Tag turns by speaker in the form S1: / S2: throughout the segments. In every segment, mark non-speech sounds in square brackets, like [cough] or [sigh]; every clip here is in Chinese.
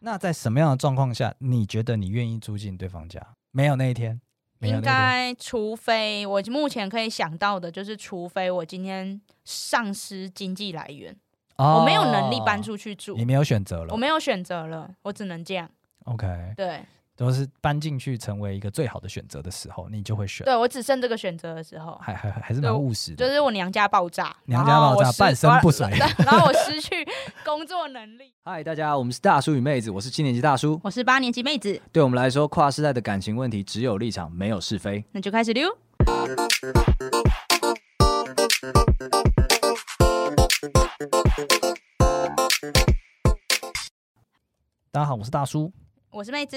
S1: 那在什么样的状况下，你觉得你愿意住进对方家？没有那一天，没有那
S2: 应
S1: 一天。
S2: 该，除非我目前可以想到的，就是除非我今天丧失经济来源，我没有能力搬
S1: 哦，
S2: 出去住
S1: 你，没有选择了
S2: 我。没有选择了，我只能这样。
S1: OK，
S2: 对，
S1: 都是搬进去成为一个最好的选择的时候，你就会选。
S2: 对我只剩这个选择的时候，
S1: 还还还是
S2: 对
S1: 蛮
S2: 我
S1: 务实的。
S2: 就是我娘家爆炸，
S1: 娘家爆炸
S2: 然后我失
S1: 半身不遂
S2: [laughs] 然后我失去工作能力。
S3: 嗨，大家，我们是大叔与妹子，我是七年级大叔。
S2: [laughs] 我是八年级妹子，
S3: 对我们来说，跨世代的感情问题只有立场，没有是非。
S2: 那就开始溜。
S1: 大家好，我是大叔。
S2: 我是妹子，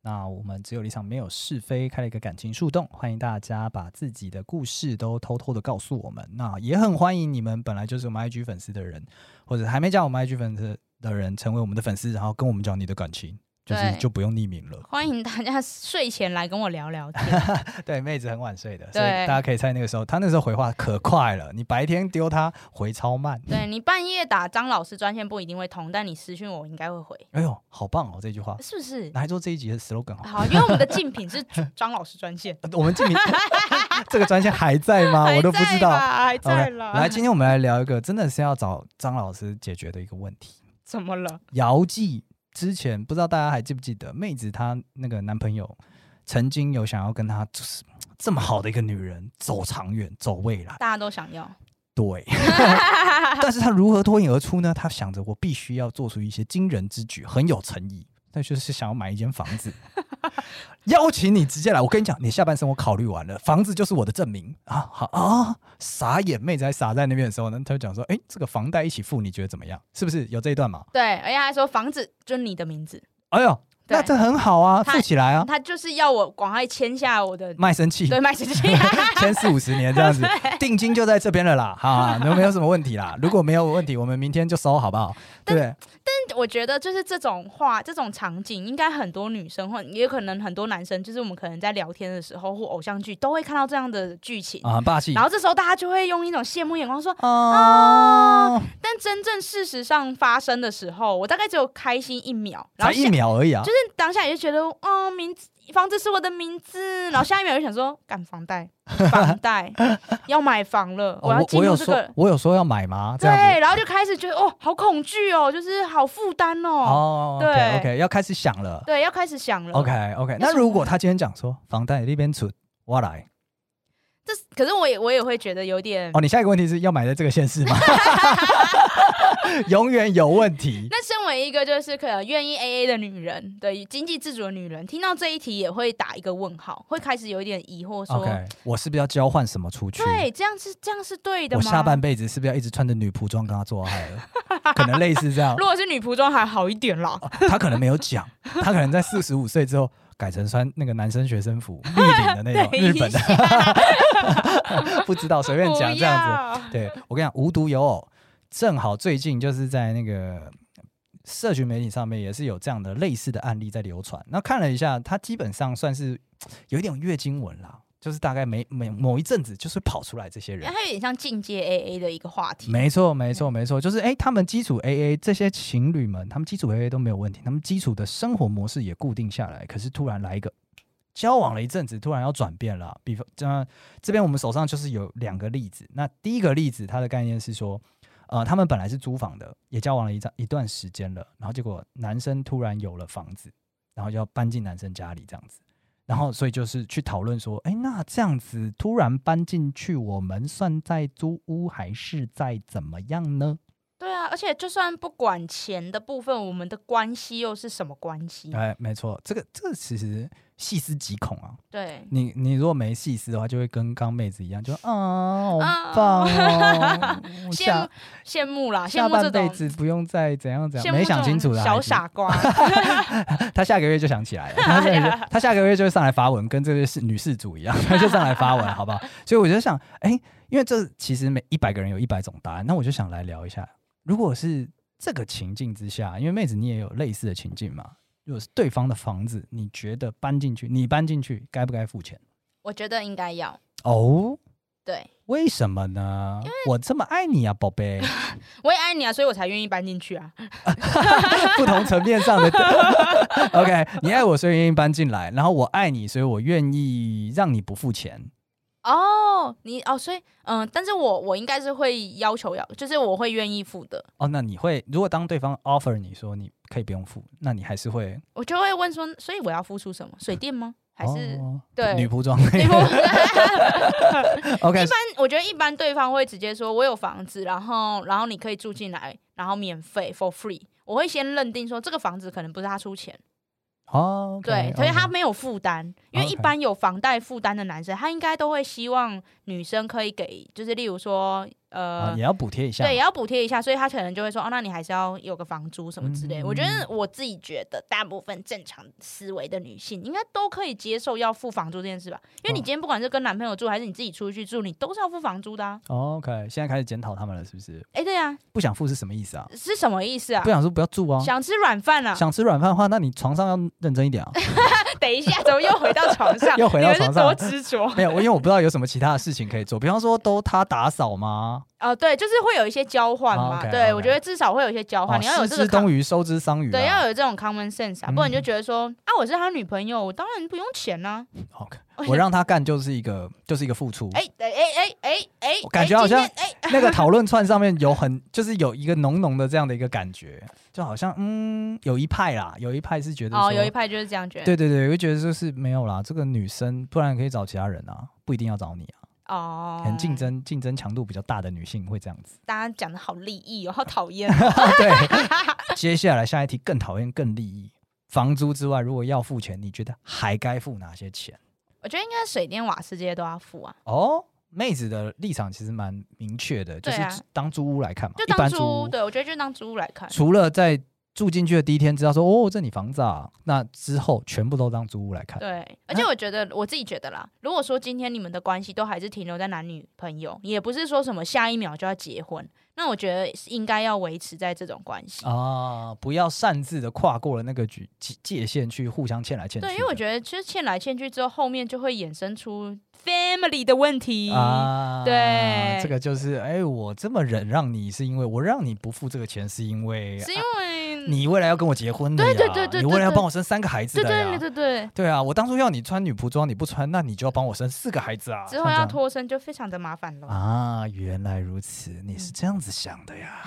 S1: 那我们只有理想没有是非，开了一个感情树洞，欢迎大家把自己的故事都偷偷的告诉我们。那也很欢迎你们本来就是我们 IG 粉丝的人，或者还没加我们 IG 粉丝的人，成为我们的粉丝，然后跟我们讲你的感情，就是
S2: 对
S1: 就不用匿名
S2: [laughs]
S1: 了。
S2: 欢迎大家睡前来跟我聊聊天。 [laughs]
S1: 对，妹子很晚睡的，所以
S2: 对
S1: 大家可以在那个时候，她那时候回话可快了，你白天丢她回超
S2: [laughs]
S1: 慢。
S2: 对你半夜打张老师专线不一定会通，但你私讯我应该会回，
S1: 哎呦，好棒哦，这句话
S2: 是不是？
S1: 拿来做这一集的 slogan 好了。
S2: [laughs] 好，因为我们的竞品是张老师专线，
S1: [laughs] 呃我们这名这个专线还在吗？啊我都不知道。
S2: 还
S1: OK，
S2: 在啦，
S1: 来，今天我们来聊一个真的是要找张老师解决的一个问题。
S2: 怎么了？
S1: 姚记之前不知道大家还记不记得，妹子她那个男朋友曾经有想要跟她就是这么好的一个女人走长远、走未来，
S2: 大家都想要， [laughs]
S1: 对。但是她如何脱颖而出呢？她想着我必须要做出一些惊人之举，很有诚意。那就是想要买一间房
S2: [laughs]
S1: 子，邀请你直接来。我跟你讲，你下半生我考虑完了，房子就是我的证明啊！好啊，傻眼妹子还傻在那边的时候呢，她就讲说：“哎、这个房贷一起付，你觉得怎么样？是不是有这一段嘛？”
S2: 对，而且还说房子就是你的名字，
S1: 哎呦，
S2: 对
S1: 那这很好啊，
S2: 他
S1: 付起来啊，
S2: 他就是要我赶快签下
S1: [laughs]
S2: 我的，
S1: 卖身契
S2: 对，，卖身契， [laughs]
S1: 签四五十年这样子，定金就在这边了啦，好啊，都没有什么问题啦。如果没有问题，我们明天就收，好不好？对不对？
S2: 我觉得就是这种话，这种场景，应该很多女生或也有可能很多男生，就是我们可能在聊天的时候或偶像剧都会看到这样的剧情，
S1: 啊，很霸气
S2: 然后这时候大家就会用一种羡慕眼光说，
S1: 哦，
S2: 但真正事实上发生的时候，我大概只有开心一秒，然
S1: 才
S2: 后
S1: 一
S2: 下
S1: 秒而已啊
S2: 就，是当下也就觉得，哦，名字房子是我的名字，然后下一秒就想说，赶
S1: [laughs]
S2: 房贷，房贷要买房了，
S1: 哦
S2: 要
S1: 我
S2: 进入
S1: 有
S2: 这个
S1: 说，。我有说要买吗？这
S2: 对，
S1: 样子。
S2: 然后就开始觉得哦，好恐惧哦，就是好负担哦，
S1: 哦
S2: 对
S1: ，OK OK，要开始想了。
S2: 对，要开始想了。
S1: OK OK，
S2: 要
S1: 那
S2: 是
S1: 如果他今天讲说房贷那边存，我来。
S2: 这是可是我也我也会觉得有点，
S1: 哦，你下一个问题是要买在这个县市吗？
S2: [laughs]
S1: [laughs] 永远有问题。
S2: 那身为一个就是可能愿意 A A 的女人，对经济自主的女人，听到这一题也会打一个问号，会开始有一点疑惑说
S1: OK，我是不是要交换什么出去？
S2: 对，这样是这样是对的
S1: 我
S2: 吗？
S1: 下半辈子是不是要一直穿着女仆装跟他做爱了？可能类似这样
S2: 如，果是女仆装还好一点啦，
S1: 哦他可能没有讲，他可能在四十五岁之后改成穿那个男生学生服， [laughs] 立领的那种
S2: 等
S1: 哎日
S2: 一
S1: 本的，不知道随便讲这样子。
S2: 子。
S1: 对我跟你讲，无独有偶，正好最近就是在那个。社群媒体上面也是有这样的类似的案例在流传。那看了一下，他基本上算是有一点月经文啦，就是大概每每某一阵子就是跑出来这些人。
S2: 它有点像进阶 A A 的一个话题，
S1: 没错，没错，没错，就是哎、诶他们基础 AA 这些情侣们，他们基础 AA 都没有问题，他们基础的生活模式也固定下来，可是突然来一个。交往了一阵子，突然要转变了。比方，呃，这边我们手上就是有两个例子。那第一个例子，它的概念是说，呃，他们本来是租房的，也交往了一段一段时间了，然后结果男生突然有了房子，然后就要搬进男生家里这样子，然后所以就是去讨论说，哎，那这样子突然搬进去，我们算在租屋还是在怎么样呢？
S2: 对啊，而且就算不管钱的部分，我们的关系又是什么关系？
S1: 哎，没错，这个这个其实细思极恐啊。
S2: 对，
S1: 你你如果没细思的话，就会跟刚妹子一样，就啊，好
S2: 啊，
S1: 棒哦我
S2: 羡慕
S1: 下
S2: 羡慕啦，羡
S1: 下
S2: 慕这
S1: 半辈
S2: 种
S1: 子不用再怎样怎
S2: 羡
S1: 样，
S2: 慕
S1: 没
S2: 这
S1: 想
S2: 种
S1: 清楚的
S2: 小
S1: 孩子
S2: 傻
S1: [laughs]
S2: 瓜。
S1: 他下个月就想起来了，他下个月他下个月就会上来发文，跟这位是女事主一样， [laughs] 他就上来发文，好不好？所以我就想，哎、因为这其实每一百个人有一百种答案，那我就想来聊一下，如果是这个情境之下，因为妹子你也有类似的情境嘛，如果是对方的房子，你觉得搬进去，你搬进去该不该付钱？
S2: 我觉得应该要，
S1: 哦，
S2: 对，
S1: 为什么呢？我这么爱你啊，宝贝。
S2: 我也爱你啊，所以我才愿意搬进去啊。
S1: 不同层面上的 [laughs] OK，你爱我，所以愿意搬进来；然后我爱你，所以我愿意让你不付钱。
S2: 哦，你哦，所以嗯、但是我我应该是会要求要，就是我会愿意付的，
S1: 哦，那你会如果当对方 offer 你说你可以不用付，那你还是会
S2: 我就会问说，所以我要付出什么？水电吗？还是、
S1: 哦
S2: 对
S1: 女仆装 [laughs]
S2: 一般
S1: OK
S2: 我觉得一般对方会直接说，我有房子，然后然后你可以住进来，然后免费 for free。我会先认定说这个房子可能不是他出钱，
S1: 哦，
S2: 对，所以他没有负担，因为
S1: OK
S2: 一般有房贷负担的男生，他应该都会希望女生可以给，就是例如说，
S1: 啊
S2: 呃，
S1: 也要补贴一下，
S2: 对，也要补贴一下，所以他可能就会说，哦，那你还是要有个房租什么之类。我觉
S1: 嗯
S2: 得我自己觉得，大部分正常思维的女性应该都可以接受要付房租这件事吧，因为你
S1: 哦
S2: 今天不管是跟男朋友住，还是你自己出去住，你都是要付房租的、啊。
S1: 哦 OK，现在开始检讨他们了，是不是？
S2: 哎，对呀、
S1: 不想付是什么意思啊？
S2: 是什么意思啊
S1: 不？想说不要住啊。
S2: 想吃软饭啊？
S1: 想吃软饭的话，那你床上要认真一点啊。？
S2: [laughs] 等一下，怎么又回到床
S1: [laughs]
S2: 上
S1: 又回到床上
S2: 你们是多
S1: [laughs]
S2: 执着
S1: 没有，我因为我不知道有什么其他的事情可以做，比方说都他打扫吗？
S2: 哦，对，就是会有一些交换嘛。
S1: 哦，OK，
S2: 对，
S1: OK
S2: 我觉得至少会有一些交换，
S1: 哦
S2: 你要有
S1: 失
S2: 这
S1: 之
S2: 个
S1: 东
S2: com-
S1: 隅，收之桑榆啊。
S2: 对，要有这种 common sense 啊，不然你就
S1: 嗯
S2: 觉得说啊，我是他女朋友，我当然不用钱啊。
S1: OK，
S2: 我
S1: 我让他干就是一个就是一个付出。
S2: 哎哎哎哎哎，
S1: 我感觉好像
S2: 哎今天
S1: [laughs]
S2: 哎，
S1: 那个讨论串上面有很就是有一个浓浓的这样的一个感觉，就好像嗯有一派啦，有一派是觉得
S2: 哦，
S1: 说
S2: 有一派就是这样觉得，
S1: 对对对，会觉得就是没有啦，这个女生不然可以找其他人啊，不一定要找你啊，
S2: 哦，
S1: 很竞，争竞争强度比较大的女性会这样子。 [laughs]
S2: 大家讲的好利益哦，好讨厌哦，
S1: 对，接下来下一题更讨厌更利益，房租之外如果要付钱，你觉得还该付哪些钱？
S2: 我觉得应该水电瓦斯这些都要付啊，
S1: 哦，妹子的立场其实蛮明确的，就
S2: 对
S1: 是
S2: 啊
S1: 当租屋来看嘛，
S2: 就
S1: 一般
S2: 当
S1: 租
S2: 租
S1: 屋
S2: 屋，对我觉得就当租屋来看，
S1: 除了在住进去的第一天知道说哦，这你房子啊，那之后全部都当租屋来看。啊
S2: 对，而且我觉得我自己觉得啦，如果说今天你们的关系都还是停留在男女朋友，也不是说什么下一秒就要结婚，那我觉得应该要维持在这种关系。
S1: 啊，不要擅自的跨过了那个局界界限去互相欠来欠去的。
S2: 对，因为我觉得其实欠来欠去之后，后面就会衍生出 family 的问题
S1: 啊，
S2: 对
S1: 这个就是哎，我这么忍让你，是因为我让你不付这个钱，是因为
S2: 是
S1: 啊
S2: 因为
S1: 你未来要跟我结婚的呀，
S2: 对对对对
S1: 你未来要
S2: 对对
S1: 帮我生三个孩子
S2: 对
S1: 的呀，
S2: 对对对对，
S1: 对啊，我当初要你穿女仆装，你不穿，那你就要帮我生四个孩子啊，
S2: 之
S1: 像
S2: 后
S1: 这
S2: 要
S1: 样
S2: 脱身就非常的麻烦了。
S1: 啊，原来如此，你
S2: 嗯
S1: 是这样子想的呀。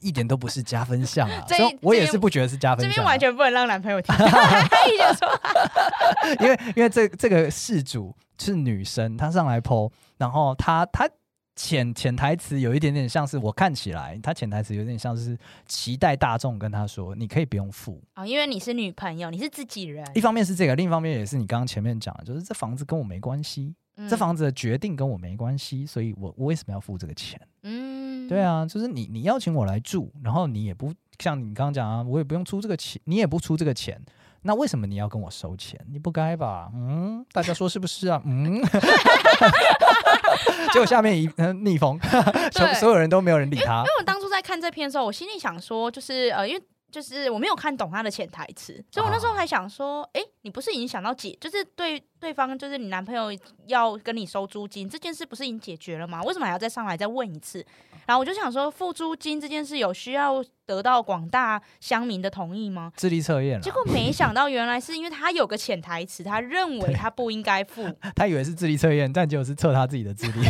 S1: 一点都不是加分项啊！
S2: [laughs] 这
S1: 所以我也
S2: 这
S1: 是不觉得是加
S2: 这
S1: 分
S2: 边
S1: 项
S2: 完
S1: 啊，
S2: 全不能让男
S1: [laughs]
S2: 朋友听 [laughs] 到，他一直说
S1: 因为因为这这个事主是女生，她上来 PO，然后她她潜潜台词有一点点像是我看起来，她潜台词有点像是期待大众跟她说，你可以不用付。
S2: 啊、因为你是女朋友，你是自己人，
S1: 一方面是这个，另一方面也是你刚刚前面讲的，就是这房子跟我没关系，
S2: 嗯
S1: 这房子的决定跟我没关系，所以我我为什么要付这个钱？
S2: 嗯
S1: 对，啊，就是你你邀请我来住，然后你也不像你刚刚讲啊，我也不用出这个钱，你也不出这个钱，那为什么你要跟我收钱？你不该吧？嗯，大家说是不是啊？嗯， [laughs] 结果下面一、呃、逆风，所
S2: 对
S1: 所有人都没有人理他
S2: 因为我当初在看这篇的时候，我心里想说，就是呃，因为。就是我没有看懂他的潜台词，所以我那时
S1: 哦
S2: 候还想说，哎、你不是已经想到解，就是对对方，就是你男朋友要跟你收租金这件事，不是已经解决了吗？为什么还要再上来再问一次？然后我就想说，付租金这件事有需要得到广大乡民的同意吗？
S1: 智力测验了
S2: 结，果没想到，原来是因为他有个潜台词，他认为他不应
S1: [laughs]
S2: 该付。
S1: 他以为是智力测验，但结果是测他自己的智
S2: [laughs]
S1: 力，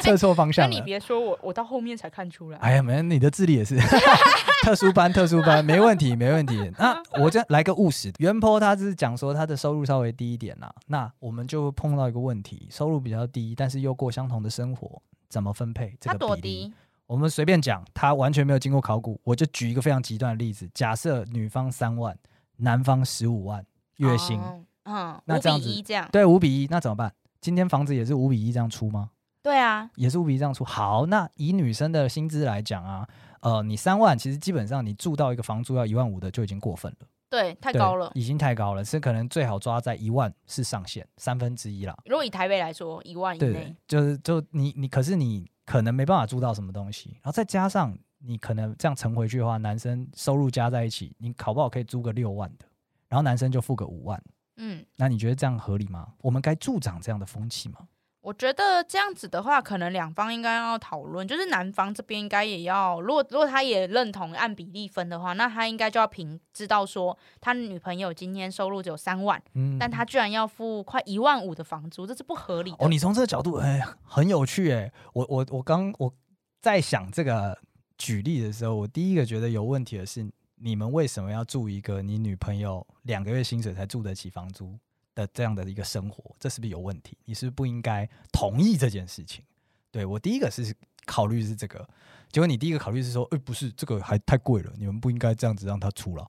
S1: 测错方
S2: 所以
S1: 向
S2: 你
S1: 了。
S2: 别说我，我到后面才看出来。
S1: 哎呀，没，你的智力也是 [laughs] 特殊班，特殊班，没问题，没问题。那我这来个务实的，袁坡他是讲说他的收入稍微低一点啦、那我们就碰到一个问题，收入比较低，但是又过相同的生活，怎么分配这
S2: 他多
S1: 个比例？
S2: 低？
S1: 我们随便讲，他完全没有经过考古，我就举一个非常极端的例子，假设女方三万，男方十五万月薪，
S2: 哦嗯，
S1: 那
S2: 五
S1: 这样
S2: 比
S1: 子
S2: 一这样。
S1: 对，五比一，那怎么办？今天房子也是五比一这样出吗？
S2: 对啊，
S1: 也是五比一这样出。好，那以女生的薪资来讲啊，呃，你三万，其实基本上你住到一个房租要一万五的就已经过分了，
S2: 对，太
S1: 太
S2: 高了。
S1: 已经太高了，是可能最好抓在一万是上限，三分之一啦。
S2: 如果以台北来说，一万以
S1: 对
S2: 内，
S1: 就是就你你可是你可能没办法租到什么东西，然后再加上你可能这样乘回去的话，男生收入加在一起，你考不好可以租个六万的，然后男生就付个五万，
S2: 嗯，
S1: 那你觉得这样合理吗？我们该助长这样的风气吗？
S2: 我觉得这样子的话，可能两方应该要讨论，就是男方这边应该也要，如果如果他也认同按比例分的话，那他应该就要评知道说，他女朋友今天收入只有三万，
S1: 嗯
S2: 但他居然要付快一万五的房租，这是不合理的。
S1: 哦，你从这个角度，哎、很有趣哎、我我我刚我在想这个举例的时候，我第一个觉得有问题的是，你们为什么要住一个你女朋友两个月薪水才住得起房租的这样的一个生活？这是不是有问题？你是不是不应该同意这件事情？对我第一个是考虑是这个，结果你第一个考虑是说，哎、不是这个还太贵了，你们不应该这样子让他出了。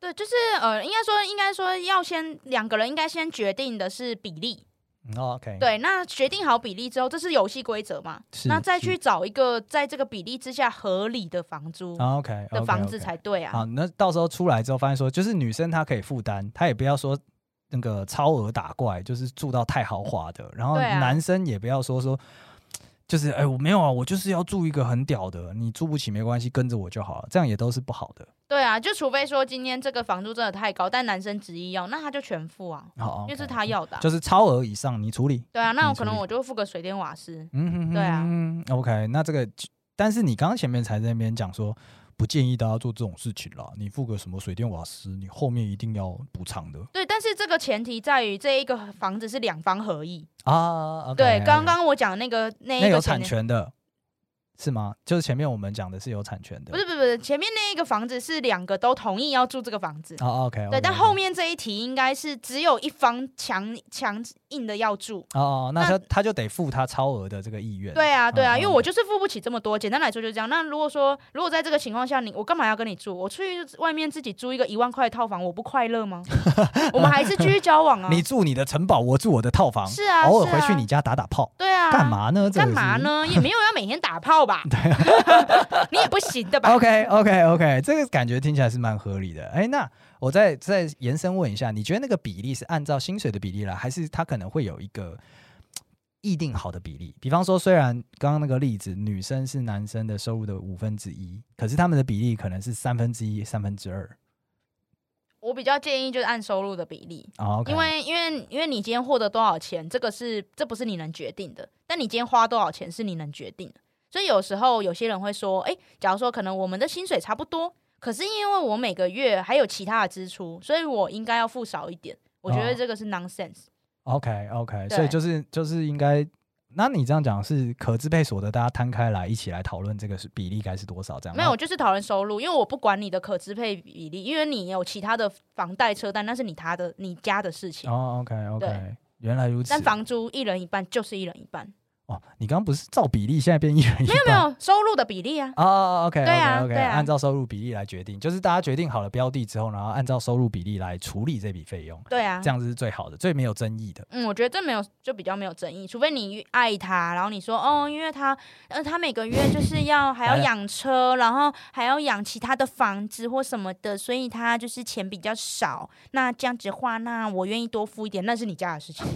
S2: 对，就是呃，应该说应该说要先两个人应该先决定的是比例，
S1: 嗯、哦，OK，，
S2: 对，那决定好比例之后，这是游戏规则嘛，
S1: 是
S2: 那再
S1: 是
S2: 去找一个在这个比例之下合理的房租
S1: 啊，OK，
S2: 的房子
S1: OK，OK
S2: 才对啊。
S1: 好，那到时候出来之后发现说，就是女生她可以负担，她也不要说那个超额打怪，就是住到太豪华的。然后
S2: 对啊
S1: 男生也不要说说，就是哎、我没有啊，我就是要住一个很屌的，你住不起没关系，跟着我就好了，这样也都是不好的。
S2: 对啊，就除非说今天这个房租真的太高，但男生执意要，那他就全付啊，
S1: 好，
S2: 因为
S1: OK
S2: 是他要的啊、
S1: 就是嗯超额以上你处理。
S2: 对啊，那我可
S1: 你
S2: 能
S1: 处理
S2: 我就付个水电瓦斯。
S1: 嗯哼哼
S2: 对啊
S1: 哼哼，OK，那这个，但是你刚刚前面才在那边讲说。不建议大家做这种事情啦。你付个什么水电瓦斯，你后面一定要补偿的
S2: 对，但是这个前提在于这一个房子是两方合意。
S1: 啊。
S2: 对，刚刚我讲那个那一
S1: 那
S2: 个
S1: 有
S2: 前
S1: 产
S2: 提
S1: 权的，是吗？就是前面我们讲的是有产权的，
S2: 不是不是不是，前面那一个房子是两个都同意要住这个房子。
S1: 哦，OK，OK，OK？o k
S2: 对，但后面这一题应该是只有一方强强硬的要住。
S1: 哦，哦那
S2: 那
S1: 他他就得付他超额的这个意愿。
S2: 对啊，对啊，
S1: 嗯
S2: 因为我就是付不起这么多。简单来说就是这样。那如果说，如果在这个情况下，你我干嘛要跟你住？我出去外面自己租一个一万块的套房，我不快
S1: [laughs]
S2: 乐吗？我们还是继续交往啊。
S1: 你住你的城堡，我住我的套房，
S2: 是啊，
S1: 偶
S2: 是
S1: 尔回去
S2: 啊
S1: 你家打打炮，
S2: 对啊，
S1: 干？嘛呢？这个
S2: 干嘛
S1: 是？ [laughs] 啊
S2: 呢？也没有要每天打炮吧？ [laughs] 你也不行的吧？
S1: OK OK OK，这个感觉听起来是蛮合理的。哎，那我再再延伸问一下，你觉得那个比例是按照薪水的比例来，还是它可能会有一个议定好的比例？比方说，虽然刚刚那个例子，女生是男生的收入的五分之一，可是他们的比例可能是三分之一、三分之二。
S2: 我比较建议就是按收入的比例。
S1: 哦，OK，
S2: 因为因为因为你今天获得多少钱，这个是这不是你能决定的，但你今天花多少钱是你能决定的。所以有时候有些人会说，诶，假如说可能我们的薪水差不多，可是因为我每个月还有其他的支出，所以我应该要付少一点。我觉得
S1: 哦
S2: 这个是 nonsense。
S1: OK OK，
S2: 对
S1: 所以就是就是应该。那你这样讲是可支配所得，大家摊开来一起来讨论这个是比例该是多少？这样
S2: 没有，我就是讨论收入，因为我不管你的可支配比例，因为你有其他的房贷、车贷，那是你他的你家的事情。
S1: 哦，OK OK，
S2: 对
S1: 原来如此。
S2: 但房租一人一半就是一人一半，
S1: 哦，你刚刚不是照比例，现在变一人一
S2: 没有没有收入的比例啊。
S1: 哦，OK，
S2: 对啊
S1: o k
S2: 对啊
S1: 按照收入比例来决定，就是大家决定好了标的之后，然后按照收入比例来处理这笔费用，
S2: 对啊，
S1: 这样子是最好的，最没有争议的。
S2: 嗯，我觉得这没有就比较没有争议，除非你爱他，然后你说哦，因为他呃他每个月就是要还要
S1: 来了
S2: 养车，然后还要养其他的房子或什么的，所以他就是钱比较少。那这样子的话，那我愿意多付一点，那是你家的事情。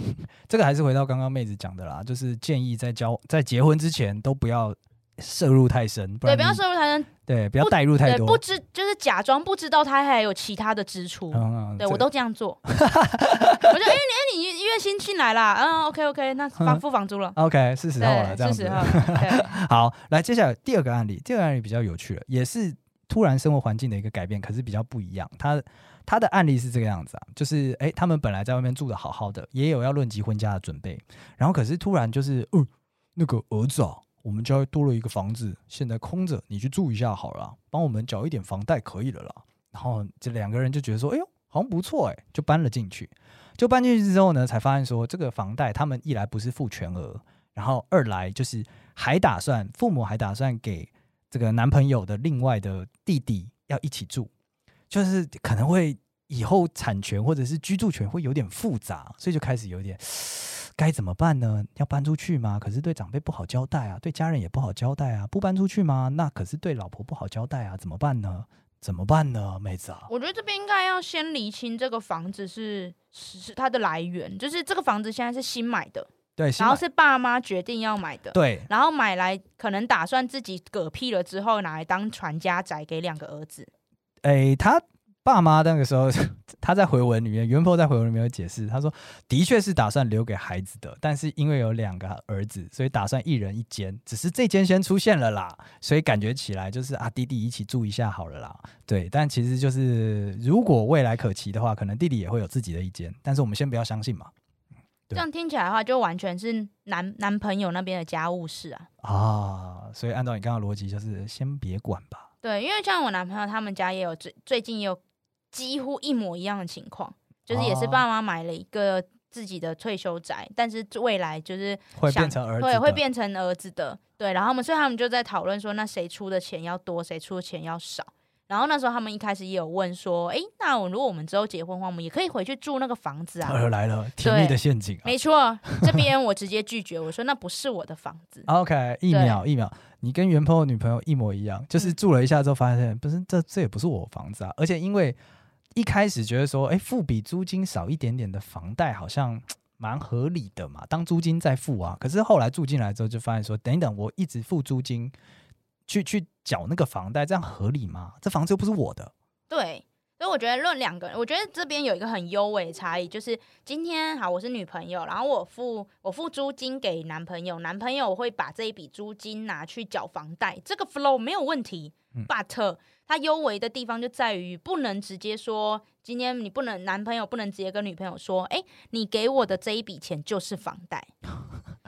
S1: 这个还是回到刚刚妹子讲的啦，就是建议在交在结婚之前都不要涉入太深，不
S2: 对，
S1: 然
S2: 不要
S1: 你
S2: 说他人
S1: 对不要
S2: 不
S1: 带入太
S2: 对
S1: 多。
S2: 不知就是假装不知道他还有其他的支出。
S1: 嗯，嗯
S2: 对
S1: 这
S2: 我都这
S1: [laughs]
S2: 样做，我就因为你哎因为你月薪进来啦，嗯，OK OK，那房
S1: 嗯
S2: 付房租了，
S1: OK，是时候了，这
S2: 对，
S1: 样
S2: 是
S1: 子
S2: 时
S1: [laughs]
S2: 候。了，对。
S1: 好，来，接下来第二个案例，第二个案例比较有趣了，也是突然生活环境的一个改变，可是比较不一样。他他的案例是这个样子啊，就是诶，他们本来在外面住的好好的，也有要论及婚嫁的准备，然后可是突然就是，嗯，那个儿子啊，我们家多了一个房子，现在空着，你去住一下好了啊，帮我们缴一点房贷可以了啦。然后这两个人就觉得说，哎呦，好像不错哎，就搬了进去。就搬进去之后呢，才发现说这个房贷他们一来不是付全额，然后二来就是还打算父母还打算给这个男朋友的另外的弟弟要一起住，就是可能会以后产权或者是居住权会有点复杂，所以就开始有点该怎么办呢？要搬出去吗？可是对长辈不好交代啊，对家人也不好交代啊，不搬出去吗？那可是对老婆不好交代啊，怎么办呢？怎么办呢，妹子啊？
S2: 我觉得这边应该要先厘清这个房子是是是它的来源，就是这个房子现在是新买的，
S1: 对，
S2: 然后
S1: 新
S2: 是爸妈决定要买的
S1: 买，对
S2: 然后买来可能打算自己嗝屁了之后拿来当传家宅给两个儿子。
S1: 诶，他爸妈那个时候，他在回文里面，袁婆在回文里面有解释，他说的确是打算留给孩子的，但是因为有两个儿子，所以打算一人一间，只是这间先出现了啦，所以感觉起来就是啊，弟弟一起住一下好了啦。对，但其实就是如果未来可期的话，可能弟弟也会有自己的一间，但是我们先不要相信
S2: 啊
S1: 嘛。对
S2: 这样听起来的话，就完全是男男朋友那边的家务事啊。
S1: 啊，所以按照你刚刚的逻辑，就是先别管吧。
S2: 对，因为像我男朋友他们家也有最最近也有几乎一模一样的情况，就是也是
S1: 哦
S2: 爸妈买了一个自己的退休宅，但是未来就是
S1: 会
S2: 想
S1: 变成儿子
S2: 对，
S1: 的
S2: 会变成儿子的。对，然后我们所以他们就在讨论说，那谁出的钱要多，谁出的钱要少。然后那时候他们一开始也有问说，诶，那我如果我们之后结婚的话，我们也可以回去住那个房子啊。
S1: 而来了，甜蜜的陷阱啊
S2: 没错，这边我直接拒绝，我说那不是我的房子。
S1: ！OK，一秒一秒，你跟原朋友女朋友一模一样，就是
S2: 嗯
S1: 住了一下之后发现，不是这这也不是我房子啊，而且因为一开始觉得说，哎，付比租金少一点点的房贷好像。嘖蛮合理的嘛，当租金再付啊。可是后来住进来之后，就发现说，等一等，我一直付租金去去缴那个房贷，这样合理吗？这房子又不是我的。
S2: 对，所以我觉得论两个人，我觉得这边有一个很优美的差异，就是今天好，我是女朋友，然后我付我付租金给男朋友，男朋友会把这一笔租金拿去缴房贷，这个 flow 没有问题。
S1: 嗯
S2: But 它优为的地方就在于不能直接说，今天你不能男朋友不能直接跟女朋友说，哎、你给我的这一笔钱就是房贷，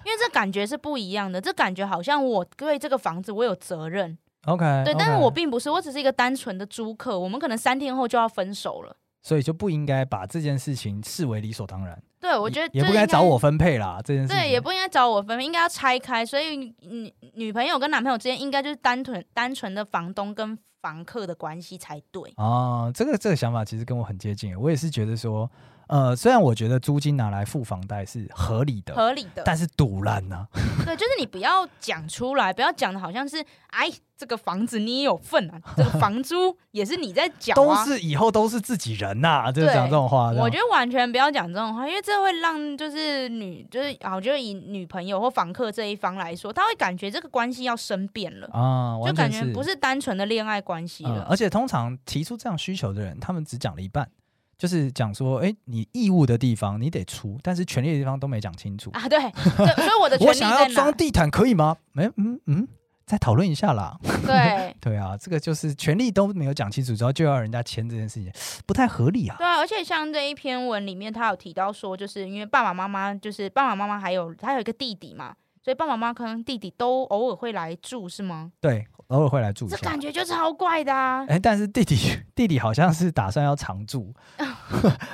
S2: 因为这感觉是不一样的，这感觉好像我对这个房子我有责任，
S1: OK，
S2: 对，但是
S1: OK
S2: 我并不是，我只是一个单纯的租客，我们可能三天后就要分手了。
S1: 所以就不应该把这件事情视为理所当然。
S2: 对，我觉得
S1: 也也
S2: 这
S1: 不
S2: 应
S1: 该找我，分配啦，这件事情
S2: 对，也不应该找我分，应该要拆开。所以女女朋友跟男朋友之间应该就是单纯单纯的房东跟房客的关系才对。
S1: 哦，这个这个想法其实跟我很接近，我也是觉得说，呃，虽然我觉得租金拿来付房贷是合理的，
S2: 合理的，
S1: 但是堵烂呐、
S2: 对，就是你不要讲出来，不要讲的好像是，哎，这个房子你也有份啊，这个房租也是你在缴
S1: 都
S2: 啊，
S1: 是以后都是自己人呐、就
S2: 对
S1: 讲这种话。这样
S2: 我觉得完全不要讲这种话，因为这会让就是女就是啊，我觉得以女朋友或房客这一方来说，他会感觉这个关系要生变了，
S1: 啊，
S2: 就
S1: 完
S2: 感
S1: 全
S2: 觉不
S1: 是、
S2: 是单纯的恋爱关系
S1: 嗯
S2: 了。
S1: 而且通常提出这样需求的人，他们只讲了一半。就是讲说，哎、你义务的地方你得出，但是权利的地方都没讲清楚。
S2: 啊，对，对，所以我的权
S1: 我
S2: 利
S1: 想要
S2: 在
S1: 装
S2: 哪？
S1: 地毯可以吗？没、嗯嗯，再讨论一下啦。 [laughs]
S2: 对，
S1: 对啊，这个就是权利都没有讲清楚之后，就要人家签这件事情，不太合理啊。
S2: 对啊，而且像这一篇文里面，他有提到说，就是因为爸爸妈妈，就是爸爸妈妈还有他有一个弟弟嘛，所以爸爸妈妈跟弟弟都偶尔会来住，是吗？
S1: 对，偶尔会来住一
S2: 这
S1: 下
S2: 感。觉就超怪的啊！
S1: 哎，但是弟弟弟弟好像是打算要常住， [laughs]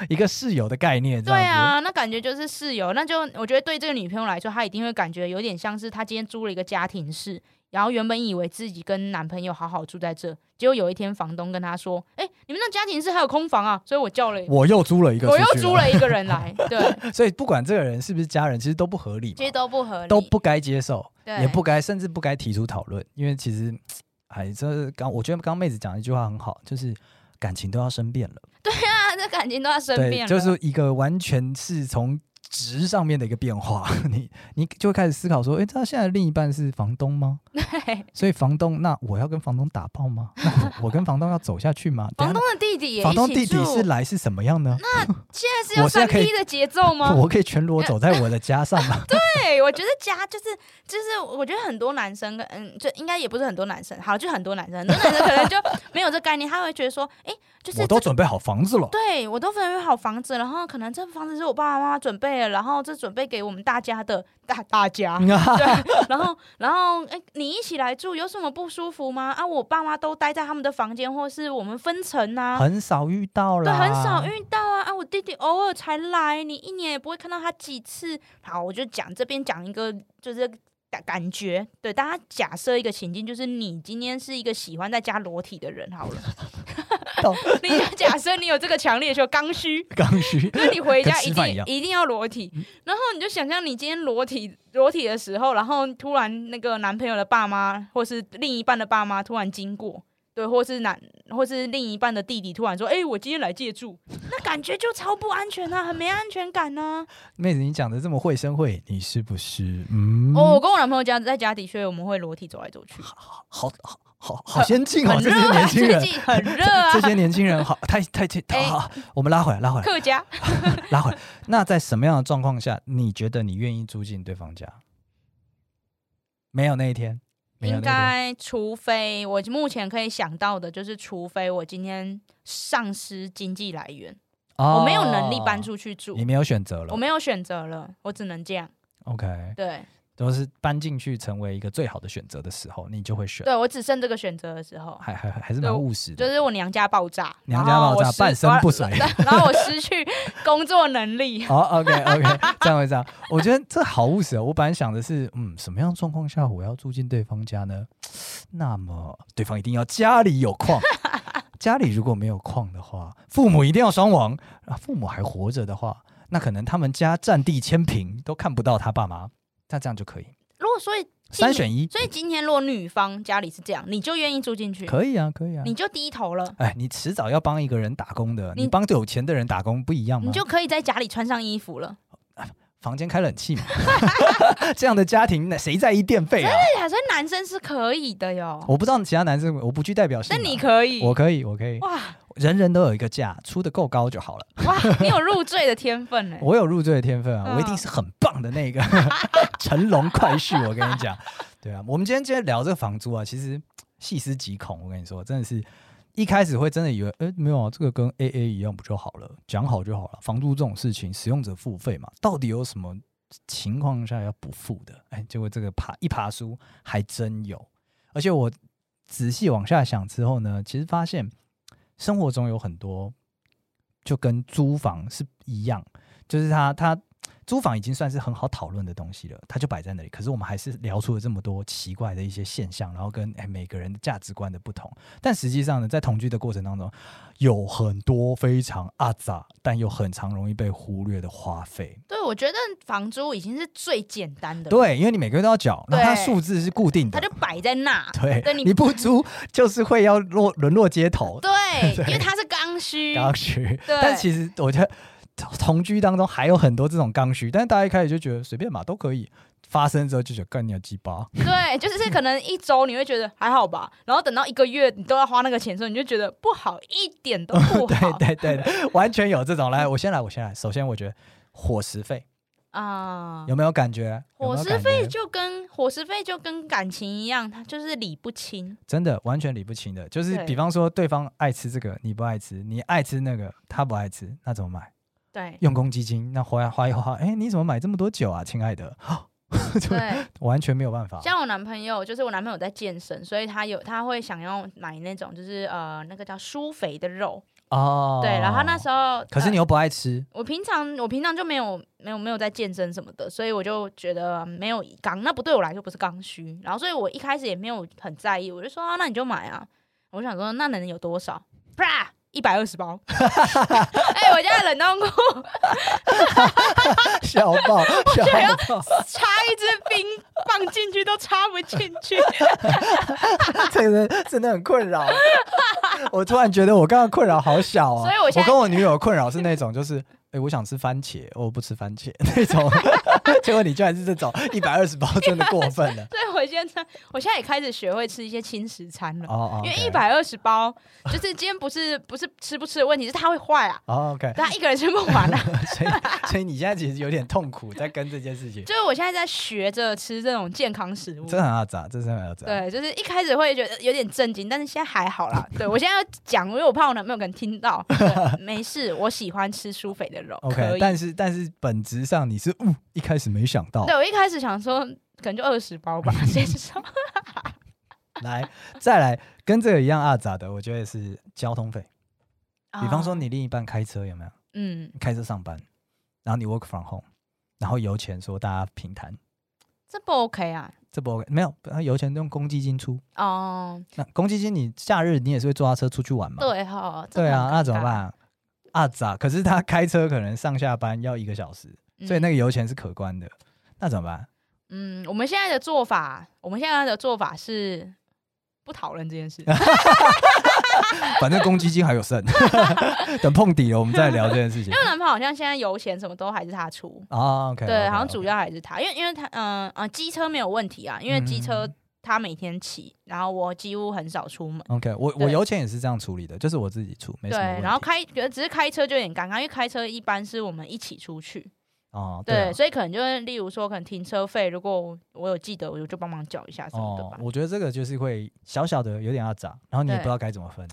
S1: 一个室友的概念这
S2: 哦对
S1: 样子。
S2: 啊，那感觉就是室友，那就我觉得对这个女朋友来说，她一定会感觉有点像是她今天租了一个家庭室，然后原本以为自己跟男朋友好好住在这，结果有一天房东跟她说：“哎、你们那家庭室还有空房啊，所以我叫了， [laughs]
S1: 我又租了一个，
S2: 我又租，了一个人来。”对，
S1: 所以不管这个人是不是家人，其实都不合理
S2: 其实
S1: 嘛，
S2: 都不合理，
S1: 都不该接受，
S2: [laughs] 对，
S1: 也不该，甚至不该提出讨论，因为其实，哎，这刚我觉得刚刚妹子讲的一句话很好，就是感情都要生变了。
S2: 啊，这感情都要生
S1: 对，
S2: 病了，
S1: 就是一个完全是从值上面的一个变化， [laughs] 你你就会开始思考说，诶，他现在另一半是房东吗？
S2: 对
S1: 所以房东，那我要跟房东打炮吗？ [laughs] 那我我跟房东要走下去
S2: [laughs]
S1: 吗？等
S2: 房
S1: 一下
S2: 东的弟弟也
S1: 房
S2: 一
S1: 东
S2: 起
S1: 弟
S2: 住
S1: 弟，是来是什么样呢？
S2: 现在是要
S1: 我现在
S2: 三
S1: 可以
S2: P 的节奏吗？
S1: 我可以全裸走在我的家上吗？
S2: 对，我觉得家就是就是，我觉得很多男生跟嗯，就应该也不是很多男生，好，就很多男生，很多男生可能就没有这概念，他会觉得说，哎、就是
S1: 我都
S2: 这
S1: 准备好房子了。
S2: 对我都分配好房子，然后可能这房子是我爸爸妈妈准备的，然后这准备给我们大家的大大
S1: [laughs]
S2: 家， [laughs] 对，啊然后然后哎、你一起来住有什么不舒服吗？啊，我爸妈都待在他们的房间，或是我们分层啊，
S1: 很少遇到
S2: 对，
S1: 啦，
S2: 很少遇到啊啊！我弟弟偶尔才来，你一年也不会看到他几次。好，我就讲这边讲一个，就是感感觉，对大家假设一个情境，就是你今天是一个喜欢在家裸体的人，好了 [laughs]
S1: [laughs] 懂，
S2: 你就假设你有这个强烈的需求刚需，
S1: 刚需
S2: 就是你回家
S1: 跟吃
S2: 一
S1: 饭一
S2: 定
S1: 样嗯
S2: 一定要裸体，然后你就想象你今天裸体裸体的时候，然后突然那个男朋友的爸妈或是另一半的爸妈突然经过，对，或是男或是另一半的弟弟突然说：“哎、我今天来借住。”那感觉就超不安全啊，很没安全感啊呢、
S1: 妹子，你讲的这么绘声绘，影，你是不是？嗯，
S2: 哦哦，我跟我男朋友家在家的确我们会裸体走来走去，
S1: 好好好好先进哦，
S2: 很
S1: 这
S2: 热
S1: 些
S2: 啊，
S1: 年轻
S2: 最
S1: 人，
S2: 近很热啊
S1: [laughs]
S2: [laughs]
S1: 这，些年轻人好，太太太
S2: 哎
S1: 好，我们拉回来，拉回来，
S2: 客家
S1: 拉回来。那在什么样的状况下，你觉得你愿意住进对方家？没有那一天，没有那
S2: 应
S1: 一天。
S2: 该，除非我目前可以想到的，就是除非我今天丧失经济来源，
S1: 哦
S2: 我没有能力搬，出去住
S1: 你，没有选择了
S2: 我。没有选择了，我只能这样。
S1: OK，
S2: 对，
S1: 都是搬进去成为一个最好的选择的时候，你就会选。
S2: 对我只剩这个选择的时候，
S1: 还还还是
S2: 对
S1: 蛮
S2: 我
S1: 务实的。
S2: 就是我娘家爆炸，
S1: 娘家爆炸
S2: 然后我失
S1: 半身不遂
S2: 然后 [laughs] 然后我失去工作能力。
S1: 哦、o k OK，这 [laughs] 样会这样，我觉得这好务实哦。我本来想的是，嗯，什么样的状况下我要住进对方家呢？那么对方一定要家里有矿， [laughs] 家里如果没有矿的话，父母一定要双亡啊。父母还活着的话，那可能他们家占地千平都看不到他爸妈，那这样就可以
S2: 如果所以今
S1: 三选一，
S2: 所以今天如果女方家里是这样，你就愿意住进去，
S1: 可以啊，可以啊。
S2: 你就低头了，
S1: 哎，你迟早要帮一个人打工的，你
S2: 你
S1: 帮有钱的人打工不一样吗？
S2: 你就可以在家里穿上衣服了。
S1: 房间开冷气嘛， [laughs] 这样的家庭那谁在意电费啊？
S2: 对啊，所以男生是可以的哟。
S1: 我不知道其他男生，我不具代表性
S2: 那
S1: 啊。
S2: 你可以，
S1: 我可以，我可以，
S2: 哇
S1: 人人都有一个价，出的够高就好了。
S2: 哇，你有入赘的天分欸呢。
S1: 我有入赘的天分啊，
S2: 嗯
S1: 我一定是很棒的那个 [laughs] 乘龙快婿。我跟你讲，对啊，我们今天今天聊这个房租啊，其实细思极恐。我跟你说，真的是一开始会真的以为，哎、没有啊，这个跟 A A 一样不就好了，讲好就好了。房租这种事情，使用者付费嘛，到底有什么情况下要不付的？哎，结果这个爬一爬书还真有，而且我仔细往下想之后呢，其实发现生活中有很多就跟租房是一样。就是他他租房已经算是很好讨论的东西了，它就摆在那里。可是我们还是聊出了这么多奇怪的一些现象，然后跟哎每个人的价值观的不同。但实际上呢，在同居的过程当中，有很多非常阿杂，但又很常容易被忽略的花费。
S2: 对，我觉得房租已经是最简单的，，
S1: 对，因为你每个月都要缴，然后它
S2: 对
S1: 数字是固定
S2: 它
S1: 的
S2: 就。摆在那。
S1: 对，
S2: 对
S1: 你
S2: 你
S1: 不租就是会要落沦落街 [laughs] 头，
S2: 对，
S1: 对
S2: 因为它是刚
S1: [laughs]
S2: 需。
S1: 刚需。
S2: [laughs] 对
S1: 但其实我觉得同同居当中还有很多这种刚需，但是大家一开始就觉得随便嘛都可以，发生之后就觉得干你要鸡
S2: [laughs]
S1: 巴，
S2: 对，就是可能一周你会觉得还好吧，然后等到一个月你都要花那个钱的时候，你就觉得不好，一点都
S1: [laughs]
S2: 不
S1: 对
S2: 好
S1: 对对，对完全有这种。来，我先来，我先来。首先，我觉得伙食费
S2: 啊。
S1: 有没有感觉？有没
S2: 伙
S1: 有
S2: 食
S1: 感
S2: 费
S1: 觉
S2: 就跟伙食费就跟感情一样，它就是理不清。
S1: 真的完全理不清的，就是
S2: 对
S1: 比方说对方爱吃这个，你不爱吃；你爱吃那个，他不爱吃，那怎么买？ [laughs]
S2: 对
S1: 用公积金，那花呀花一花，哎，你怎么买这么多酒啊，亲爱的？ [laughs] 就
S2: 对，
S1: 完全没有办法。
S2: 像我男朋友，就是我男朋友在健身，所以他有他会想要买那种就是呃那个叫舒肥的肉，
S1: 哦，
S2: 对，然后他那时候
S1: 可是
S2: 呃
S1: 你又不爱吃，
S2: 我平常我平常就没有没有没有在健身什么的，所以我就觉得没有刚那不对我来说不是刚需，然后所以我一开始也没有很在意，我就说、啊、那你就买啊，我想说那能有多少？啪，一百二十包， [laughs] 哎、我家的冷冻库
S1: 小
S2: [laughs]
S1: 爆小爆。 [laughs]
S2: 插一支冰棒进去都插不进去， [laughs]
S1: 这个人真的很困扰。 [laughs] 我突然觉得我刚刚困扰好小啊！
S2: 所以我现在
S1: 跟我女友困扰是那种，就是哎、诶我想吃番茄，我不吃番茄那种。 [laughs] 结果你居然是这种一百二十包，真的过分了。
S2: 所以我现在我现在也开始学会吃一些轻食餐了。
S1: 哦哦，
S2: 因为
S1: OK
S2: 一。百二十包，就是今天不是不是吃不吃的问题，是它会坏啊，
S1: 哦，OK，
S2: 对它一个人吃不完啊。
S1: [laughs] 所以所以你现在其实有点痛苦，在跟这件事情，
S2: 就是我现在在学着吃这种健康食物
S1: 真。的很阿杂，这真的很阿杂。
S2: 对，就是一开始会觉得有点震惊，但是现在还
S1: [laughs]
S2: 好啦。对我现在要讲，因为我怕我男朋友可能听到。对没事，我喜欢吃舒肥的肉可
S1: ，OK，
S2: 以。
S1: 但是但是本质上你是，嗯，一开始没想到
S2: 对，我一开始想说，可能就二
S1: [laughs]
S2: 十包吧，谁知道？
S1: 来再来跟这个一样阿杂的，我觉得是交通费。比方说
S2: 啊，
S1: 你另一半开车有没有？
S2: 嗯，
S1: 开车上班，然后你 work from home，然后油钱说大家平摊，
S2: 这不 OK 啊。
S1: 这不 OK？没有，他油钱用公积金出。
S2: 哦，
S1: 那公积金你假日你也是会坐他车出去玩嘛？
S2: 对哈，
S1: 对啊，那怎么
S2: 办？
S1: 办？啊咋？可是他开车可能上下班要一个小时，所以那
S2: 个，
S1: 个油钱是可观的，那怎么办？
S2: 嗯，我们现在的做法，我们现在的做法是不讨论这
S1: [laughs]
S2: 件事。
S1: 反正公积金还有剩， [laughs] 等碰底了我们再聊这件事情
S2: [laughs] 因。为男朋友好像现在油钱什么都还是他出，
S1: 啊，OK，
S2: 呃对，好像主要还是他，因为因为他，嗯、呃、啊，机车没有问题啊，因为机车他每天骑，然后我几乎很少出门。
S1: OK，我我
S2: 对
S1: 油钱也是这样处理的，就是我自己出，没什
S2: 对
S1: 么问，题。
S2: 然后开觉得只是开车就有点尴尬，因为开车一般是我们一起出去，
S1: 哦，
S2: 对，
S1: 对啊
S2: 所以可能就是例如说，可能停车费，如果我我有记得，我就帮忙缴一下啊什么的
S1: 哦
S2: 吧，。
S1: 我觉得这个就是会小小的有点要砸，然后你也
S2: 对
S1: 不知道该怎么分。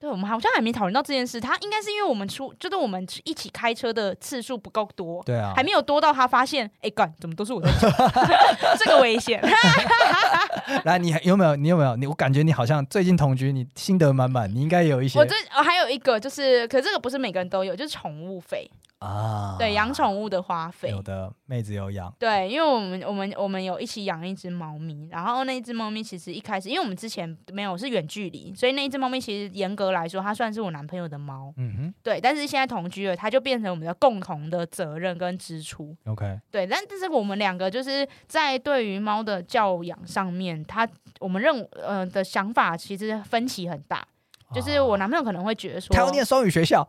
S2: 对，我们好像还没讨论到这件事，他应该是因为我们出，就是我们一起开车的次数不够多。
S1: 对啊
S2: 还，没有多到他发现，哎、干，怎么都是我在讲， [laughs] 这个危险。
S1: 来，你还有没有？你有没有？你我感觉你好像最近同居，你心得满满，你应该有一些
S2: 我最哦还有一个就是，可是这个不是每个人都有，就是宠物费，
S1: 啊，
S2: 对，养宠物的花费
S1: 有。的妹子有养，
S2: 对，因为我们我们我们有一起养一只猫咪，然后那一只猫咪其实一开始，因为我们之前没有是远距离，所以那一只猫咪其实严格来说，它算是我男朋友的猫，
S1: 嗯
S2: 对。但是现在同居了，它就变成我们的共同的责任跟支出，
S1: 哼，OK，
S2: 对。但但是我们两个就是在对于猫的教养上面，它我们认呃的想法其实分歧很大，就是我男朋友可能会觉得说，
S1: 他啊要念双语学校，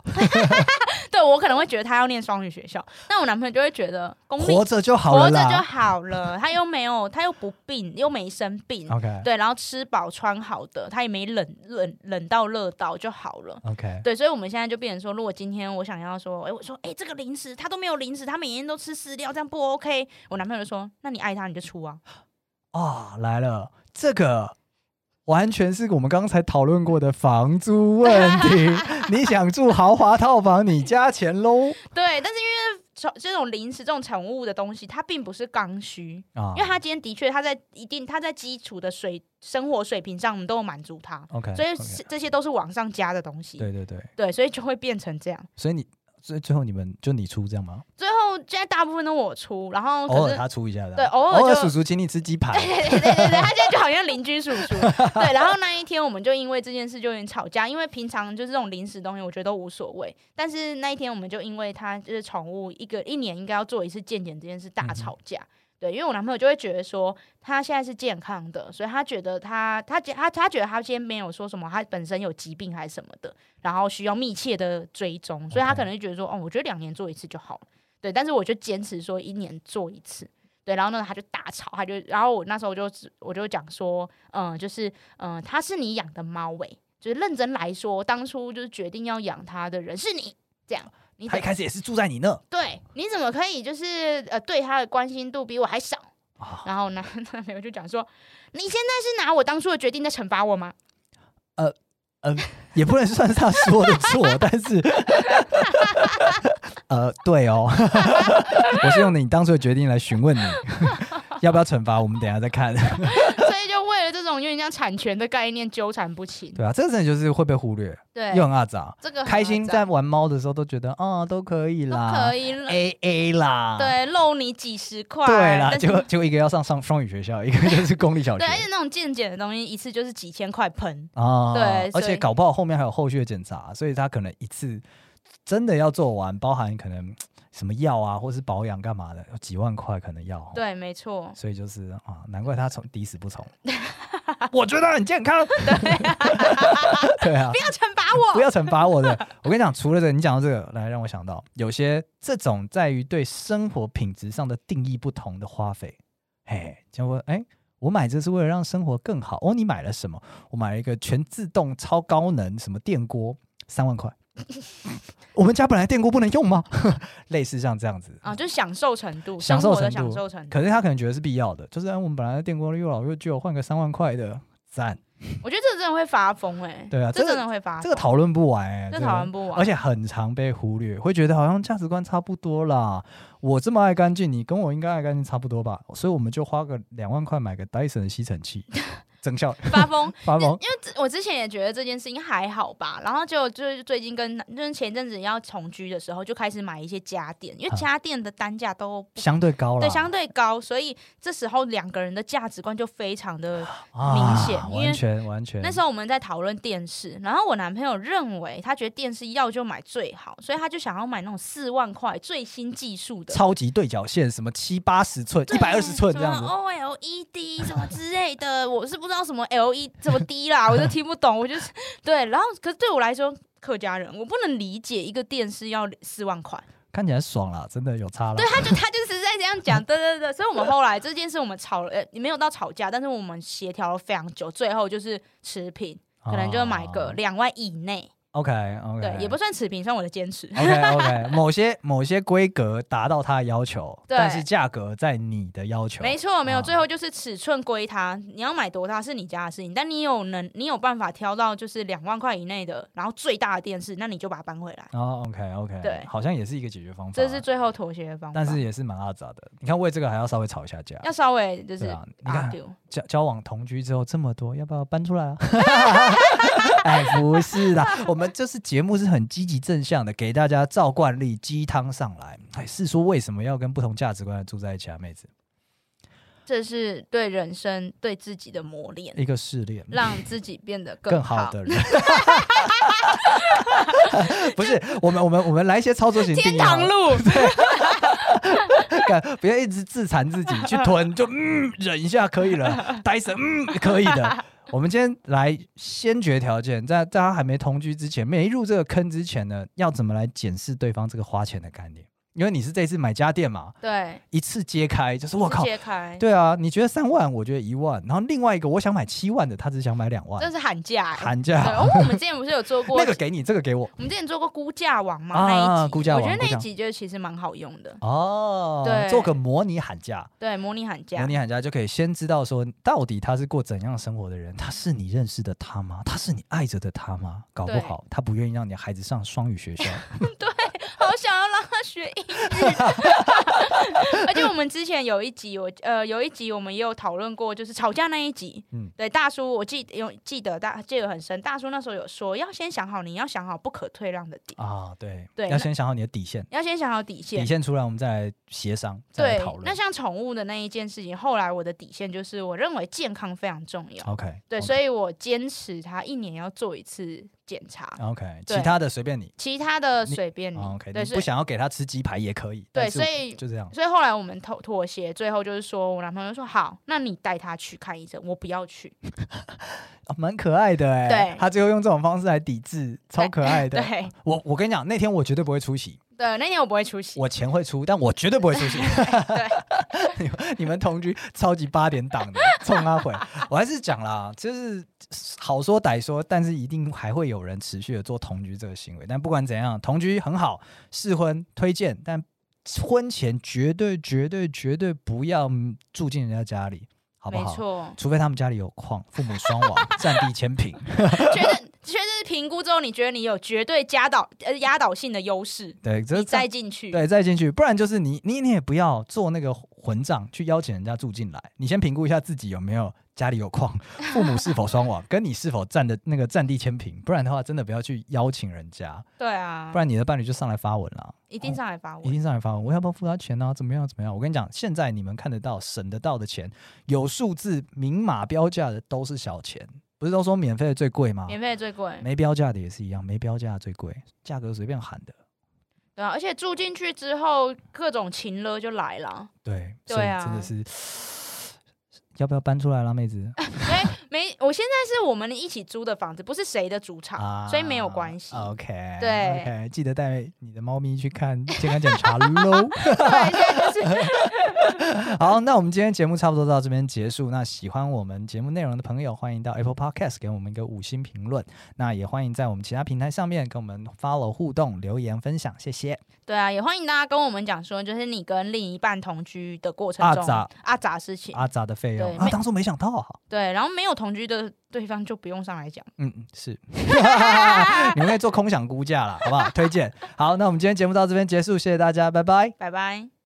S2: 对我可能会觉得他要念双语学校，但我男朋友就会觉得公立
S1: 活着就好
S2: 活
S1: 了
S2: 着就
S1: 啦。
S2: 好了，他又没有，他又不病，又没生病，
S1: OK
S2: 对，然后吃饱穿好的，他也没冷冷冷到热到就好了。
S1: OK，
S2: 对，所以我们现在就变成说，如果今天我想要说，哎，我说，哎，这个零食他都没有零食，他每天都吃饲料，这样不 OK。我男朋友就说，那你爱他你就出
S1: [laughs]
S2: 啊。
S1: 啊、来了，这个完全是我们刚才讨论过的房租问
S2: [laughs]
S1: 题。你想住豪华套房，你加钱喽
S2: 对，但是因为宠这种零食这种宠物的东西，它并不是刚需，
S1: 啊
S2: 因为他今天的确他在一定他在基础的水生活水平上，我们都有满足他。
S1: OK，
S2: 所以
S1: OK
S2: 是这些都是往上加的东西，
S1: 对对对，
S2: 对，所以就会变成这样。
S1: 所以你最最后你们就你出这样吗？
S2: 最后现在大部分都我出，然后
S1: 偶
S2: 哦可
S1: 尔
S2: 是
S1: 他出一下的，啊
S2: 对偶尔就
S1: 叔叔请你吃鸡排
S2: 对对对对对，他现在就好像邻居叔叔。对，然后那一天我们就因为这件事就有点吵架，因为平常就是这种零食东西我觉得都无所谓，但是那一天我们就因为他就是宠物一个一年应该要做一次健检这件事
S1: 嗯
S2: 大吵架。对，因为我男朋友就会觉得说，他现在是健康的，所以他觉得他他觉他他觉得他今天没有说什么，他本身有疾病还是什么的，然后需要密切的追踪，所以他
S1: OK
S2: 可能就觉得说，哦，我觉得两年做一次就好了。对，但是我就坚持说一年做一次。对，然后呢，他就大吵，他就，然后我那时候我就只我就讲说，嗯、就是，嗯、它是你养的猫喂、就是认真来说，当初就是决定要养它的人是你，这样， [laughs] 你
S1: 他
S2: 怎
S1: 一开始也是住在你那
S2: 对，你怎么可以就是呃对它的关心度比我还少？
S1: 啊，
S2: 然后呢， [laughs] 男朋友就讲说，你现在是拿我当初的决定在惩罚我吗？ [laughs]
S1: 也不能算是他说的
S2: [laughs]
S1: 错，但是 [laughs] 呃，对哦， [laughs] 我是用你当初的决定来询
S2: [laughs]
S1: 问你要不要惩罚，我们等一下再看。 [laughs]
S2: 所以就为了这种有点像产权的概念纠缠不清。
S1: 对啊，这个真的就是会被忽略，
S2: 对，
S1: 又很阿杂。
S2: 这个很
S1: 开心
S2: 夸
S1: 在
S2: 张
S1: 玩猫的时候都觉得啊、哦都可以
S2: 都
S1: 啦，
S2: 可以了，
S1: A A 啦，
S2: 对，漏你几十块，
S1: 对啦，
S2: 但是
S1: 结果结果一个要上上双语学校，一个就是公立小学
S2: 对，而且那种健检的东西一次就是几千块喷，
S1: 啊，
S2: 对
S1: 而
S2: 所
S1: 且
S2: 以
S1: 搞不好后面还有后续的检查，所以他可能一次真的要做完，包含可能什么药啊，或是保养干嘛的，有几万块可能要，，
S2: 对，没错。
S1: 所以哦就是啊，难怪他从抵死不
S2: [laughs]
S1: 从，我觉得很健康，
S2: 啊
S1: [laughs] 对啊，
S2: 不要惩罚
S1: 不
S2: 我。
S1: 要惩罚我的。我跟你讲，除了这个你讲到这个，来让我想到有些这种在于对生活品质上的定义不同的花费。嘿，就我哎，我买这是为了让生活更好。哦，你买了什么？我买了一个全自动超高能什么电锅，三万块。我们家本来电锅不能用吗？ [laughs] 类似像这样子
S2: 啊，就是享受程度，
S1: 享受
S2: 生活的
S1: 程
S2: 享
S1: 度
S2: 受程度。
S1: 可是他可能觉得是必要的，就是、哎、我们本来电锅又老又旧，换个三万块的，赞。
S2: 我觉得这个真的会发疯哎、
S1: 对啊
S2: 这
S1: 这个
S2: 真的会发疯，
S1: 这个讨论不完哎、
S2: 这
S1: 这个
S2: 讨论不完。
S1: 而且很常被忽略，会觉得好像价值观差不多啦。我这么爱干净，你跟我应该爱干净差不多吧？所以我们就花个两万块买个 Dyson 的吸尘
S2: [laughs]
S1: 器，增效
S2: 发疯，
S1: 发疯。
S2: 我之前也觉得这件事情还好吧，然后就就是最近跟就是前阵子要重居的时候，就开始买一些家电，因为
S1: 啊
S2: 家电的单价都不
S1: 相对高了，
S2: 对相对高，所以这时候两个人的价值观就非常的
S1: 啊
S2: 明显因为
S1: 完全完全。
S2: 那时候我们在讨论电视，然后我男朋友认为他觉得电视要就买最好，所以他就想要买那种四万块最新技术的。
S1: 超级对角线什么七八十寸、一
S2: 对
S1: 百二十寸这样
S2: 什
S1: 子
S2: 么，OLED 什么之类的，我是不知道什么 LE 什么 D 啦，我就听不懂，我就是对。然后，可是对我来说，客家人我不能理解一个电视要四万块，
S1: 看起来爽啦，真的有差啦。
S2: 对，他就他就是在这样讲，对对对，所以我们后来这件事我们吵了，呃，没有到吵架，但是我们协调了非常久，最后就是持平，可能就买个
S1: 哦
S2: 两万以内，
S1: OK OK，
S2: 对，
S1: [laughs]
S2: 也不算持平，算我的坚持。
S1: OK OK，某些某些规格达到他的要求，
S2: 对
S1: 但是价格在你的要求。
S2: 没错，没有，
S1: 啊
S2: 最后就是尺寸归他，你要买多大是你家的事情，但你有能，你有办法挑到就是两万块以内的，然后最大的电视，那你就把它搬回来，
S1: 哦，OK OK，
S2: 对
S1: 好像也是一个解决方法。啊
S2: 这是最后妥协的方法。
S1: 嗯但是也是蛮阿杂的。你看为这个还要稍微吵一下架。
S2: 要稍微就是
S1: 对啊你看
S2: argue，
S1: 交交往同居之后这么多，要不要搬出来
S2: [laughs]
S1: 啊？ [laughs] 哎，不是啦，我们这次节目是很积极正向的，给大家照惯例鸡汤上来。哎，是说为什么要跟不同价值观的住在一起啊，妹子？
S2: 这是对人生对自己的磨练，
S1: 一个试炼，
S2: 呃让自己变得
S1: 更好
S2: 好。
S1: 的人。 [laughs] 不是，我们我们我们来一些操作型定
S2: 天
S1: 义
S2: 堂
S1: 好 [laughs] 了，
S2: 路，
S1: [laughs] 干不要一直自残自己，去
S2: [laughs]
S1: 吞就嗯忍一下可以了，呆神嗯可以的。我们今天来先决条件，在大家还没同居之前，没入这个坑之前呢，要怎么来检视对方这个花钱的概念？因为你是这次买家电嘛，
S2: 对，
S1: 一次揭开就是我靠，
S2: 揭开，
S1: 对啊，你觉得三万，我觉得一万，然后另外一个我想买七万的，他只想买两
S2: 这
S1: 万，
S2: 是喊价欸。
S1: 寒
S2: 对，
S1: 假
S2: 因为我们之前不是有做
S1: [laughs]
S2: 过
S1: 那，个给你，这个给我，
S2: 我们之前做过估价王嘛
S1: 啊
S2: 那一集，
S1: 估价王
S2: 我觉得
S1: 估
S2: 那
S1: 价
S2: 一
S1: 王
S2: 集就其实蛮好用的，
S1: 哦，
S2: 对
S1: 做个模拟喊价，
S2: 对，模拟喊
S1: 模
S2: 价，
S1: 拟喊价就可以先知道说，到底他是过怎样生活的人，他是你认识的他吗？他是你爱着的他吗？搞不
S2: 对
S1: 好他不愿意让你的孩子上双语
S2: [laughs]
S1: 学校，
S2: 好想要让他学英语。 [laughs] 而且我们之前有一集，我呃有一集我们也有讨论过，就是吵架那一集。
S1: 嗯
S2: 嗯，对，大叔，我记有记得大记得很深，大叔那时候有说，要先想好，你要想好不可退让的点，
S1: 啊，对，
S2: 对
S1: 要
S2: 那
S1: 先想好你的底线，
S2: 要先想好底
S1: 底
S2: 线。
S1: 线出来，我们再来协商，再
S2: 对
S1: 来讨，
S2: 那
S1: 论。
S2: 像宠物的那一件事情，后来我的底线就是，我认为健康非常重要。
S1: OK，哦
S2: 对，
S1: OK，
S2: 所以我坚持他一年要做一次检查，
S1: OK，
S2: 对
S1: 其他的随便你。
S2: 其他的
S1: 哦你
S2: 随便你。
S1: 哦 OK，
S2: 对，
S1: 你
S2: 所以
S1: 不想要给他吃鸡排也可以。
S2: 对，
S1: 但是
S2: 所以
S1: 就这样。
S2: 所以后来我们妥妥协，最后就是说我男朋友说好，那你带他去看医生，我不要去。
S1: 啊，蛮可爱的哎、
S2: 对
S1: 他最后用这种方式来抵制，超可爱的。
S2: 对
S1: 我我跟你讲，那天我绝对不会出席，
S2: 对，那天我不会出席。
S1: 我钱会出，但我绝对不会出席。
S2: 对，
S1: 你们 [laughs] 你们同居超级八点档的，冲他回。我还是讲啦，就是好说歹说，但是一定还会有人持续的做同居这个行为。但不管怎样，同居很好，适婚推荐，但婚前绝对绝对绝对不要嗯住进人家家里，好不
S2: 没
S1: 好？，
S2: 错
S1: 除非他们家里有矿，父母双亡，占地千平。
S2: 确认 [laughs] 确认评估之后，你觉得你有绝对压倒呃压倒性的优势，
S1: 对，这
S2: 你
S1: 是
S2: 再进去。
S1: 对，再进去，不然就是你你你也不要做那个混账，去邀请人家住进来。你先评估一下自己有没有家里有矿， [laughs] 父母是否双亡，跟你是否占的那个占地千平。不然的话，真的不要去邀请人家，
S2: 对啊
S1: 不，然你的伴侣就上来发文了，
S2: 一定上来发
S1: 一
S2: 我。
S1: 定上来发文，我要不要付他钱啊？怎么样怎么样？我跟你讲，现在你们看得到、省得到的钱，有数字明码标价的都是小钱，不是都说免费的最贵吗？
S2: 免费的最贵，
S1: 没标价的也是一样，没标价的最贵，价格随便喊的。
S2: 对啊，而且住进去之后，各种情了就来
S1: [laughs]
S2: 了。
S1: 对，
S2: 对
S1: 所以
S2: 啊
S1: 真的是要不要搬出来啦，妹
S2: [laughs]
S1: 子？
S2: 哎，没，我现在是我们一起租的房子，不是谁的主场，所以没有关系。
S1: 啊 OK，
S2: 对
S1: o k 记得带你的猫咪去看健康检查喽。 [laughs]
S2: 对，现在就是
S1: 好，那我们今天节目差不多到这边结束。那喜欢我们节目内容的朋友，欢迎到 Apple Podcast 给我们一个五星评论。那也欢迎在我们其他平台上面跟我们 follow 互动、留言分享，谢谢。
S2: 对啊，也欢迎大家跟我们讲说，就是你跟另一半同居的过程
S1: 阿
S2: 中
S1: 杂
S2: 阿杂事情，
S1: 阿杂的费用
S2: 对
S1: 啊，
S2: 没
S1: 当初没想到啊。
S2: 对，然后没有同居的对方就不用上来讲。
S1: 嗯，嗯，
S2: [laughs]
S1: 是，你们可以做空想估价啦，好不好？推荐。好，那我们今天节目到这边结束，谢谢大家，拜拜。
S2: 拜拜。